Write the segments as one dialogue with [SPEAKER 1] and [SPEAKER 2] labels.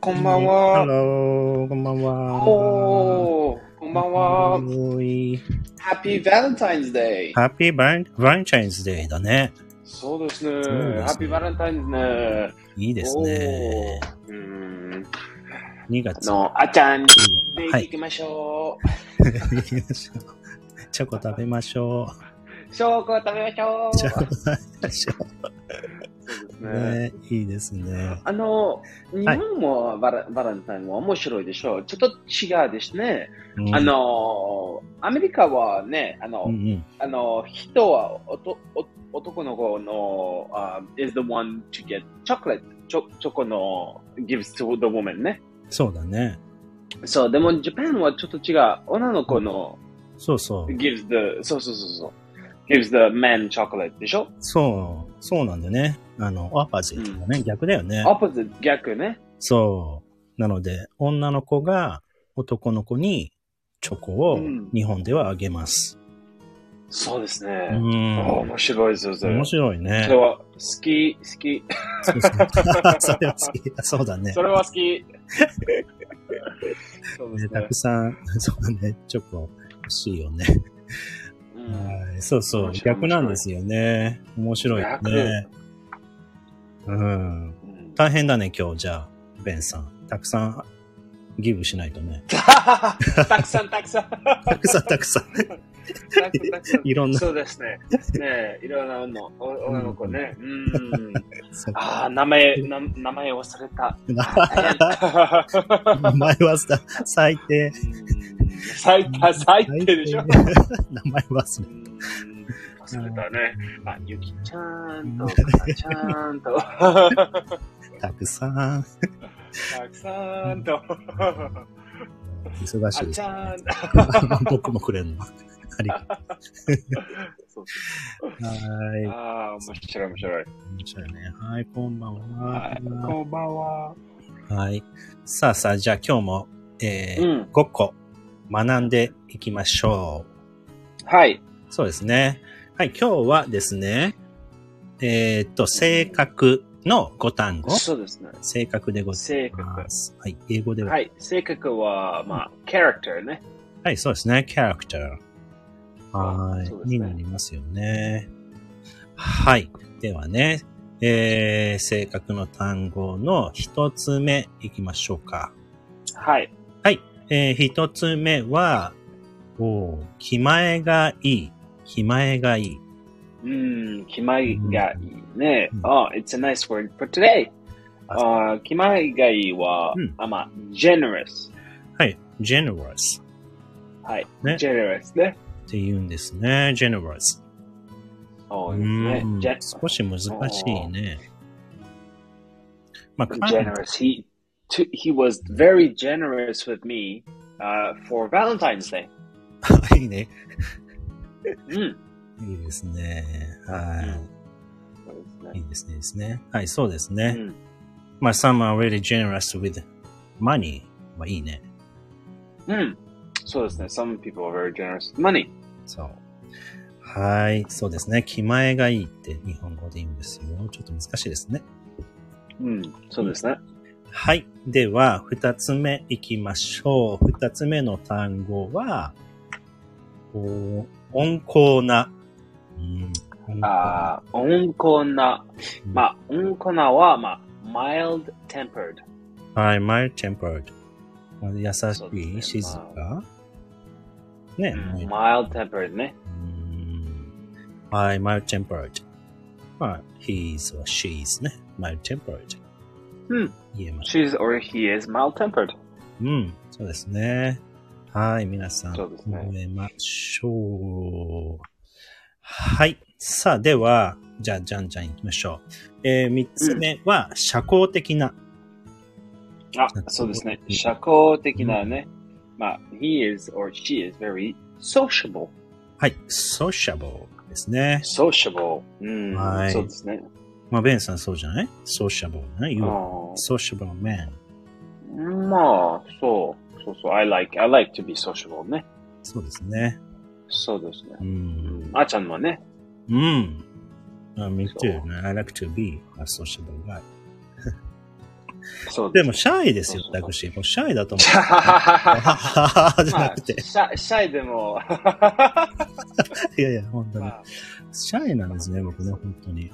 [SPEAKER 1] こんばん
[SPEAKER 2] ハ
[SPEAKER 1] は。
[SPEAKER 2] ロー、こんばんは。
[SPEAKER 1] おー、こんばんは。
[SPEAKER 2] おい
[SPEAKER 1] Happy Valentine's Day!
[SPEAKER 2] ハッピーバレンバレンチャインズデーだね。
[SPEAKER 1] そうですね。
[SPEAKER 2] そうですね
[SPEAKER 1] Happy Valentine's Day!
[SPEAKER 2] いいですね。
[SPEAKER 1] おー。うーん
[SPEAKER 2] 2
[SPEAKER 1] あ
[SPEAKER 2] 月。
[SPEAKER 1] の、あっちゃん、で
[SPEAKER 2] はい
[SPEAKER 1] 行きましょ
[SPEAKER 2] チョコ食べましょ
[SPEAKER 1] う。証拠を食べましょ
[SPEAKER 2] う。
[SPEAKER 1] う。
[SPEAKER 2] チョ
[SPEAKER 1] そ
[SPEAKER 2] コ食べましょ
[SPEAKER 1] うです
[SPEAKER 2] う。
[SPEAKER 1] ね。
[SPEAKER 2] ね、いいですね。
[SPEAKER 1] あの、日本もバラバレンタインも面白いでしょう。ちょっと違うですね。
[SPEAKER 2] うん
[SPEAKER 1] あ、の、アメリカはね、あの、
[SPEAKER 2] うんうん、
[SPEAKER 1] あの、人はおとお男の子の、あ is the one to get chocolate. チョチョコの gives to the woman ね。
[SPEAKER 2] そうだね。
[SPEAKER 1] そう、でも、ジャパンはちょっと違う。女の子の
[SPEAKER 2] そうそう。
[SPEAKER 1] gives the, そうそうそうそう。gives the man chocolate でしょ
[SPEAKER 2] そう、そうなんだよね。あの、アパジェットだね。逆だよね。
[SPEAKER 1] ?opposite 逆ね。
[SPEAKER 2] そう。なので、女の子が男の子にチョコを
[SPEAKER 1] うん
[SPEAKER 2] 日本ではあげます。
[SPEAKER 1] そうです
[SPEAKER 2] う
[SPEAKER 1] ね。あ
[SPEAKER 2] ん。
[SPEAKER 1] 面白いですよ、それ
[SPEAKER 2] 面。白いね
[SPEAKER 1] それ。は好き、好き。
[SPEAKER 2] そうそう それは好き。そうだね
[SPEAKER 1] そ。れは好き。 そうで
[SPEAKER 2] ね
[SPEAKER 1] すね
[SPEAKER 2] たく。さん、 そうだね。チョコ欲しいよね。
[SPEAKER 1] うん
[SPEAKER 2] はいそうそう。
[SPEAKER 1] 面白い
[SPEAKER 2] 逆なんですよね。面白いよね。うん。
[SPEAKER 1] うん
[SPEAKER 2] 大変だね、今日。じゃあ、ベンさん。たくさんギブしないとね。
[SPEAKER 1] たくさん、たくさん。
[SPEAKER 2] たくさん、たくさ ん。 いろんな
[SPEAKER 1] そうですね。ねえいろんなの、お女の子ね。うん。
[SPEAKER 2] そう
[SPEAKER 1] ああ、名前、な名前忘れた。
[SPEAKER 2] 名前はさ、最低。
[SPEAKER 1] 最多、最低でしょ。
[SPEAKER 2] 名前忘れ
[SPEAKER 1] うん忘れたね。あ、ゆきちゃんと、かなちゃんと、
[SPEAKER 2] た。たくさん。
[SPEAKER 1] たくさんと、
[SPEAKER 2] 忙し
[SPEAKER 1] あ
[SPEAKER 2] いです
[SPEAKER 1] ちゃん。
[SPEAKER 2] 僕もくれんの。ありがと
[SPEAKER 1] そう
[SPEAKER 2] う。は
[SPEAKER 1] ああ、面白い、面白い。
[SPEAKER 2] い。面白いね。はい、こんばん
[SPEAKER 1] はい
[SPEAKER 2] は。
[SPEAKER 1] こんばんは。
[SPEAKER 2] はい。さあさあ、じゃあ今日も、え
[SPEAKER 1] う
[SPEAKER 2] ー、
[SPEAKER 1] ん。
[SPEAKER 2] 5個学んでいきましょう。
[SPEAKER 1] はい。
[SPEAKER 2] そうですね。はい、今日はですね、えーっと、性格の5単語。
[SPEAKER 1] そうですね。
[SPEAKER 2] 性格でござ
[SPEAKER 1] 性
[SPEAKER 2] い
[SPEAKER 1] 格。
[SPEAKER 2] ます。はい、英語では。は、
[SPEAKER 1] はいい、性格は、まあ、キャラクターね。
[SPEAKER 2] そうですね。キャラクター。は
[SPEAKER 1] そう
[SPEAKER 2] い、
[SPEAKER 1] ですね
[SPEAKER 2] になりますよね。はい。ではね、えー、性格の単語の一つ目いきましょうか。
[SPEAKER 1] はい。
[SPEAKER 2] はい。えー、一つ目は、おー気前がいい。気前がいい。
[SPEAKER 1] うん、気前がいいね
[SPEAKER 2] う。ん
[SPEAKER 1] あ、it's a nice word for today. あ、気前がいいは
[SPEAKER 2] うん、
[SPEAKER 1] あ、まあ、generous。
[SPEAKER 2] はい。generous
[SPEAKER 1] はい。
[SPEAKER 2] ね
[SPEAKER 1] generous ね。
[SPEAKER 2] って言うんですね。generous。
[SPEAKER 1] そう
[SPEAKER 2] う
[SPEAKER 1] ですね。
[SPEAKER 2] ん
[SPEAKER 1] gen-
[SPEAKER 2] 少し難しいね。まあ、か
[SPEAKER 1] generous. He, to, he was very generous with me、uh, for Valentine's Day.
[SPEAKER 2] いいね。
[SPEAKER 1] うん。
[SPEAKER 2] いいですね。は
[SPEAKER 1] そうです
[SPEAKER 2] い。い
[SPEAKER 1] ね
[SPEAKER 2] いですね。いいですね。はい、そうです
[SPEAKER 1] う
[SPEAKER 2] ね。
[SPEAKER 1] ん
[SPEAKER 2] まあ、some are really generous with money はいいね。
[SPEAKER 1] うん。そうですね。Some people are very generous with money.
[SPEAKER 2] そう。はい、そうですね。気前がいいって日本語で言うんですよ。ちょっと難しいですね。
[SPEAKER 1] うん。そうですね。
[SPEAKER 2] はい。では、二つ目いきましょう。二つ目の単語は、お温厚な。うん、温厚な
[SPEAKER 1] ああ、温厚な。
[SPEAKER 2] うん
[SPEAKER 1] まあ、温厚なは、まあ、mild tempered。
[SPEAKER 2] はい、mild tempered。優し
[SPEAKER 1] そう
[SPEAKER 2] い、
[SPEAKER 1] ですね
[SPEAKER 2] 静か。ね、ね
[SPEAKER 1] mild tempered ね。
[SPEAKER 2] うんはい、mild tempered。まあ、he's or she's ね。mild tempered。
[SPEAKER 1] うん。
[SPEAKER 2] 言えます。
[SPEAKER 1] she's or he is mild tempered.
[SPEAKER 2] うん、そうですね。はい、皆さん、
[SPEAKER 1] そうですね
[SPEAKER 2] 覚えましょう。はい。さあ、では、じゃあ、じゃんじゃん行きましょう。えー、三つ目は、社交的な。
[SPEAKER 1] あ、そうですね。社交的なね。まあ、he is or she is very sociable.
[SPEAKER 2] はい、sociable ですね。
[SPEAKER 1] sociable. うん。
[SPEAKER 2] はい
[SPEAKER 1] そうですね。
[SPEAKER 2] まあ、ベンさんそうじゃない ?sociable ね。
[SPEAKER 1] あ
[SPEAKER 2] You are
[SPEAKER 1] ー
[SPEAKER 2] sociable man.
[SPEAKER 1] まあ、そう。そうそう。I like, I like to be sociable ね。
[SPEAKER 2] そうですね。
[SPEAKER 1] そうですね。う
[SPEAKER 2] う
[SPEAKER 1] ん
[SPEAKER 2] ん。
[SPEAKER 1] あーちゃんもね。
[SPEAKER 2] うん。あ、me
[SPEAKER 1] そう
[SPEAKER 2] too. I like to be a sociable guy.
[SPEAKER 1] そう。
[SPEAKER 2] で すも、シャイですよ、タクシー。もうシャイだと 思
[SPEAKER 1] シャ
[SPEAKER 2] う。ははははじゃなくて。
[SPEAKER 1] シャシャイでも、
[SPEAKER 2] いやいや、本当
[SPEAKER 1] ま
[SPEAKER 2] に。
[SPEAKER 1] あ
[SPEAKER 2] シャイなんですね、僕ね、本当に。うん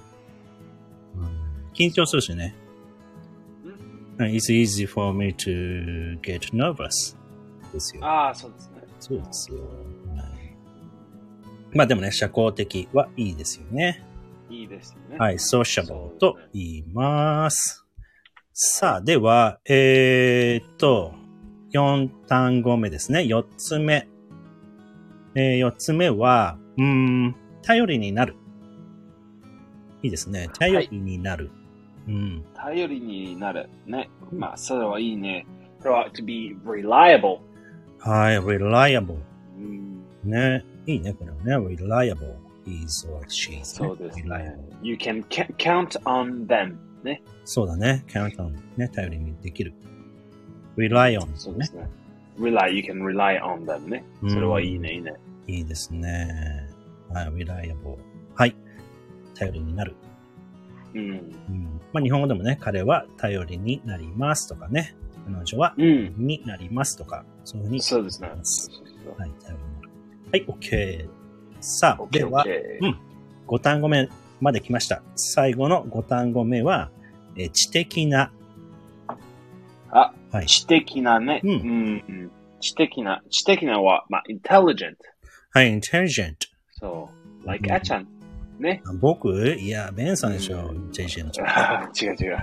[SPEAKER 2] 緊張するしね。うん It's easy for me to get nervous. ですよ。
[SPEAKER 1] ああ、そうですね。
[SPEAKER 2] そうですよ。はいまあでもね、社交的はいいですよね。
[SPEAKER 1] いいですよね。。
[SPEAKER 2] はいい、ソーシャブルと言います。さあ、では、えーっと、4単語目ですね。4つ目。え4つ目は、うーん、頼りになる。いいですね。頼りになる。うん。
[SPEAKER 1] 頼りになる。ね。まあ、それはいいね。それは、to be reliable。
[SPEAKER 2] はい、reliable。Mm.
[SPEAKER 1] うん、
[SPEAKER 2] ね。いいね、これはね。reliable is or she's、
[SPEAKER 1] そうですね
[SPEAKER 2] reliable。
[SPEAKER 1] You can ca- count on them. ね。
[SPEAKER 2] そうだね。count on ね。頼りにできる。rely
[SPEAKER 1] そ
[SPEAKER 2] on
[SPEAKER 1] うで
[SPEAKER 2] ね
[SPEAKER 1] す。ね。rely, you can rely on them ね。
[SPEAKER 2] うん
[SPEAKER 1] それはいいね、いいね。
[SPEAKER 2] いいですね。はい、reliable。はい。頼りになる。
[SPEAKER 1] うん。
[SPEAKER 2] うん。まあ、日本語でもね、彼は頼りになりますとかね。彼女は、
[SPEAKER 1] うん。
[SPEAKER 2] になりますとか、そういうふうに。
[SPEAKER 1] そうですね。
[SPEAKER 2] ますはい、頼りになる。はい、OK。さあ、では、
[SPEAKER 1] OK
[SPEAKER 2] うん5単語目まで来ました。最後の5単語目は、えー知的な。
[SPEAKER 1] あ、
[SPEAKER 2] はい。
[SPEAKER 1] 知的なね。
[SPEAKER 2] うん
[SPEAKER 1] うん知的な、知的なは、まあ、intelligent。
[SPEAKER 2] はい、intelligent。
[SPEAKER 1] そう。like
[SPEAKER 2] うん
[SPEAKER 1] あちゃん。ね。
[SPEAKER 2] あ僕いや、ベンさんでしょ、
[SPEAKER 1] う
[SPEAKER 2] intelligent。
[SPEAKER 1] 違う 違う。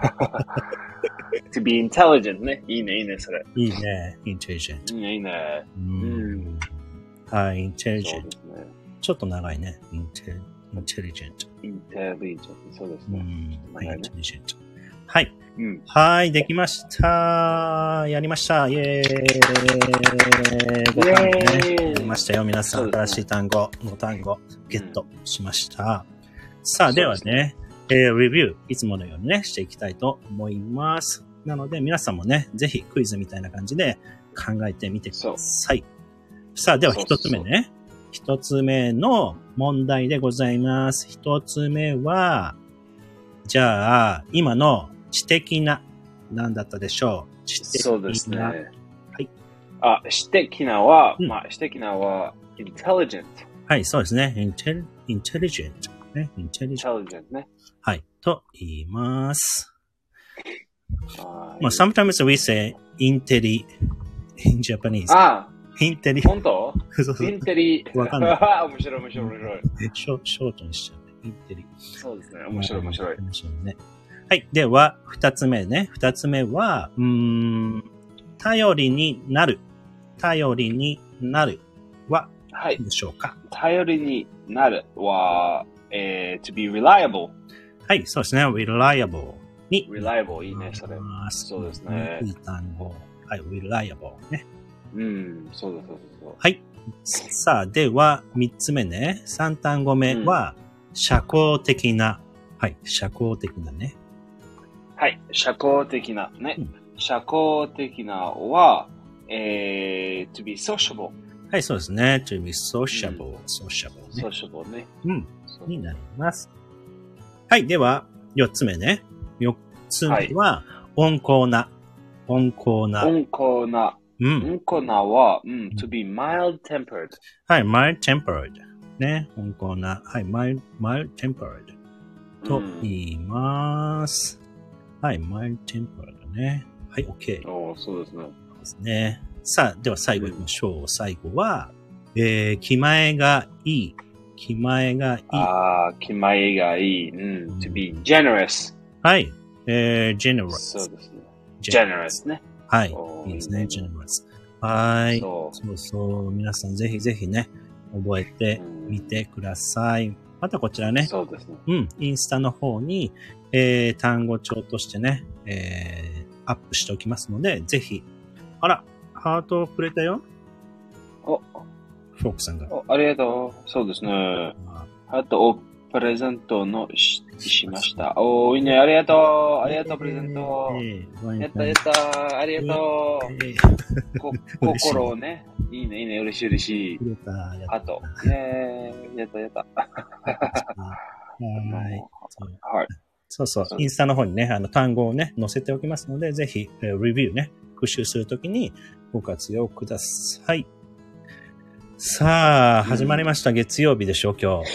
[SPEAKER 1] to be intelligent ね。いいね、いいね、それ。
[SPEAKER 2] いいね、intelligent。
[SPEAKER 1] いいね、いいね。
[SPEAKER 2] うん。はい、
[SPEAKER 1] そう
[SPEAKER 2] intelligent
[SPEAKER 1] で。すね。
[SPEAKER 2] ちょっと長いね。inte- intelligent。
[SPEAKER 1] intelligent。そうです
[SPEAKER 2] う
[SPEAKER 1] ね。
[SPEAKER 2] ん。はい、
[SPEAKER 1] 長いね
[SPEAKER 2] intelligent。はい。
[SPEAKER 1] うん。
[SPEAKER 2] はい、できました。やりました。イェ
[SPEAKER 1] イ。ェ
[SPEAKER 2] ーイ。5単語ね
[SPEAKER 1] ーイ
[SPEAKER 2] やりましたよ、皆さ
[SPEAKER 1] そ
[SPEAKER 2] ん。
[SPEAKER 1] うですね
[SPEAKER 2] 新しい単語、5単語、ゲットしました。さ
[SPEAKER 1] そ
[SPEAKER 2] あ、
[SPEAKER 1] うで
[SPEAKER 2] ですはね、えー、レビュー、いつものようにね、していきたいと思います。なので、皆さんもね、ぜひクイズみたいな感じで考えてみてください。さあ、では
[SPEAKER 1] そう
[SPEAKER 2] 一つ目ね。一つ目の問題でございます。一つ目は、じゃあ、今の知的な、何だったでしょう知的な。
[SPEAKER 1] そうですね。
[SPEAKER 2] い
[SPEAKER 1] あ、知的なは、
[SPEAKER 2] うん
[SPEAKER 1] まあ、知的なは、intelligent。
[SPEAKER 2] はい、そうですね。インテリ、インテリジェント。ね、インテリジェント。
[SPEAKER 1] intelligent ね。
[SPEAKER 2] はい、と言います。
[SPEAKER 1] あ
[SPEAKER 2] まあ、sometimes we say インテリ in Japanese.
[SPEAKER 1] あ、
[SPEAKER 2] インテリ。
[SPEAKER 1] 本当
[SPEAKER 2] そうそう
[SPEAKER 1] インテリ。
[SPEAKER 2] わかんない
[SPEAKER 1] あ 面白い面白い面白い。
[SPEAKER 2] ショショートにしちゃうね。インテリ。
[SPEAKER 1] そうですね。面白い面白い。
[SPEAKER 2] 面白いね。はい。では、二つ目ね。二つ目は、うーん、頼りになる。頼りになるは、
[SPEAKER 1] はい。
[SPEAKER 2] でしょうか。
[SPEAKER 1] 頼りになるは、えー、to be reliable。
[SPEAKER 2] はい。そうですね。reliable に。
[SPEAKER 1] reliable いいね、それ。
[SPEAKER 2] そ
[SPEAKER 1] そうですね
[SPEAKER 2] いい単語。はい。reliable ね。
[SPEAKER 1] うん、そうです、そうです。そうです
[SPEAKER 2] はい。さあ、では、三つ目ね。三単語目は、社交的な。はい。社交的なね。
[SPEAKER 1] はい。社交的な、ね
[SPEAKER 2] うん。
[SPEAKER 1] 社交的なは、えー、to be sociable。
[SPEAKER 2] はい。そうですね。to be sociable、sociable ね。
[SPEAKER 1] sociable ね。
[SPEAKER 2] うん。
[SPEAKER 1] そう
[SPEAKER 2] になります。はい。では、四つ目ね。四つ目は、温厚な。温厚な。
[SPEAKER 1] 温厚な、
[SPEAKER 2] うん。
[SPEAKER 1] 温厚なは、うん、to be mild tempered。
[SPEAKER 2] はい。mild tempered。ね。温厚な。はい。mild, mild tempered。と
[SPEAKER 1] うん、
[SPEAKER 2] 言います。はい。mild tempered ね。はい。OK で
[SPEAKER 1] おーそうですね。
[SPEAKER 2] すね。さあ、では最後行きましょう。最後は、えー、気前がいい。気前がいい。
[SPEAKER 1] ああ、気前がいい。うん、to be generous。
[SPEAKER 2] はい。えー、generous。
[SPEAKER 1] そうですね。generous ね。
[SPEAKER 2] はい。
[SPEAKER 1] おー
[SPEAKER 2] いいです
[SPEAKER 1] いい
[SPEAKER 2] ね、
[SPEAKER 1] ね
[SPEAKER 2] ジェネラス。はい。
[SPEAKER 1] そ
[SPEAKER 2] そうそう。皆さんぜひぜひね、覚えて
[SPEAKER 1] うん
[SPEAKER 2] みてください。またこちら
[SPEAKER 1] う。
[SPEAKER 2] ね、
[SPEAKER 1] そうですね。
[SPEAKER 2] うん、インスタの方に、えー、単語帳としてね、えー、アップしておきますので、ぜひ。あら、ハートをくれたよ。
[SPEAKER 1] お、
[SPEAKER 2] フォークさんが。
[SPEAKER 1] おありがとう。そうですね。
[SPEAKER 2] あ
[SPEAKER 1] ハートをプレゼントのししました。おーいいね。ありがとう。ありがとう、プレゼント。
[SPEAKER 2] えーごめん
[SPEAKER 1] やったやった。ありがとう。
[SPEAKER 2] えー
[SPEAKER 1] こ
[SPEAKER 2] 嬉しい
[SPEAKER 1] 心をね。いいね、いいね、嬉しい、嬉しい。
[SPEAKER 2] くれた。や
[SPEAKER 1] あと、ねやったやった。
[SPEAKER 2] った。はい。
[SPEAKER 1] はい。
[SPEAKER 2] そうそう。インスタの方にね、あの単語をね、載せておきますので、ぜひ、えーレビューね、復習するときにご活用ください。さ
[SPEAKER 1] う
[SPEAKER 2] あ、
[SPEAKER 1] ん
[SPEAKER 2] 始まりました。月曜日でしょ、今日。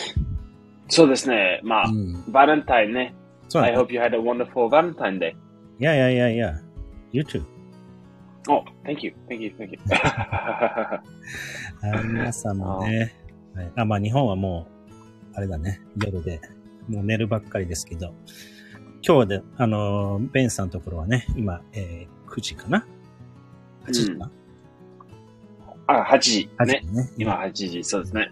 [SPEAKER 1] そうですね。まあ、
[SPEAKER 2] うん、
[SPEAKER 1] バレンタインね。
[SPEAKER 2] そうな
[SPEAKER 1] I
[SPEAKER 2] んだ。
[SPEAKER 1] hope you had a wonderful Valentine Day.
[SPEAKER 2] いやいやいやいや。You too.
[SPEAKER 1] Oh, thank you, thank you, thank you.
[SPEAKER 2] はい皆さんもね。はい、あ、まあ日本はもう、あれだね、夜で、もう寝るばっかりですけど、今日はで、あのー、ベンさんのところはね、今、えー9時かな ?8 時かな、
[SPEAKER 1] あ、8時。
[SPEAKER 2] 8
[SPEAKER 1] ね。
[SPEAKER 2] 時ね。
[SPEAKER 1] 今8時。そうですね。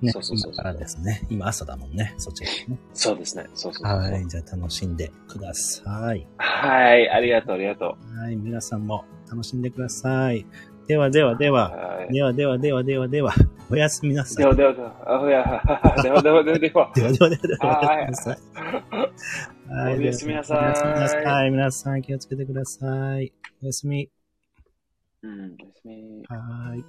[SPEAKER 2] ね、
[SPEAKER 1] そうそうそうそう
[SPEAKER 2] 今からですね。今朝だもんね、そちらね。
[SPEAKER 1] そうですね。そうそうそうそう。
[SPEAKER 2] はい、じゃあ楽しんでください。
[SPEAKER 1] はい。ありがとう、ありがと
[SPEAKER 2] はい、皆さんも楽しんでください。ではではで
[SPEAKER 1] う。
[SPEAKER 2] は、
[SPEAKER 1] はい。
[SPEAKER 2] ではではではではでは、おやすみなさ
[SPEAKER 1] で
[SPEAKER 2] い。
[SPEAKER 1] はではでは、あ、いや、ではではではでは。
[SPEAKER 2] ではではではでは、
[SPEAKER 1] はい
[SPEAKER 2] おやすみなさい。
[SPEAKER 1] お
[SPEAKER 2] は
[SPEAKER 1] やすみなさい
[SPEAKER 2] おやすみなさい。皆さん気をつけてください。おやすみ。
[SPEAKER 1] うん、おやすみ。
[SPEAKER 2] はい。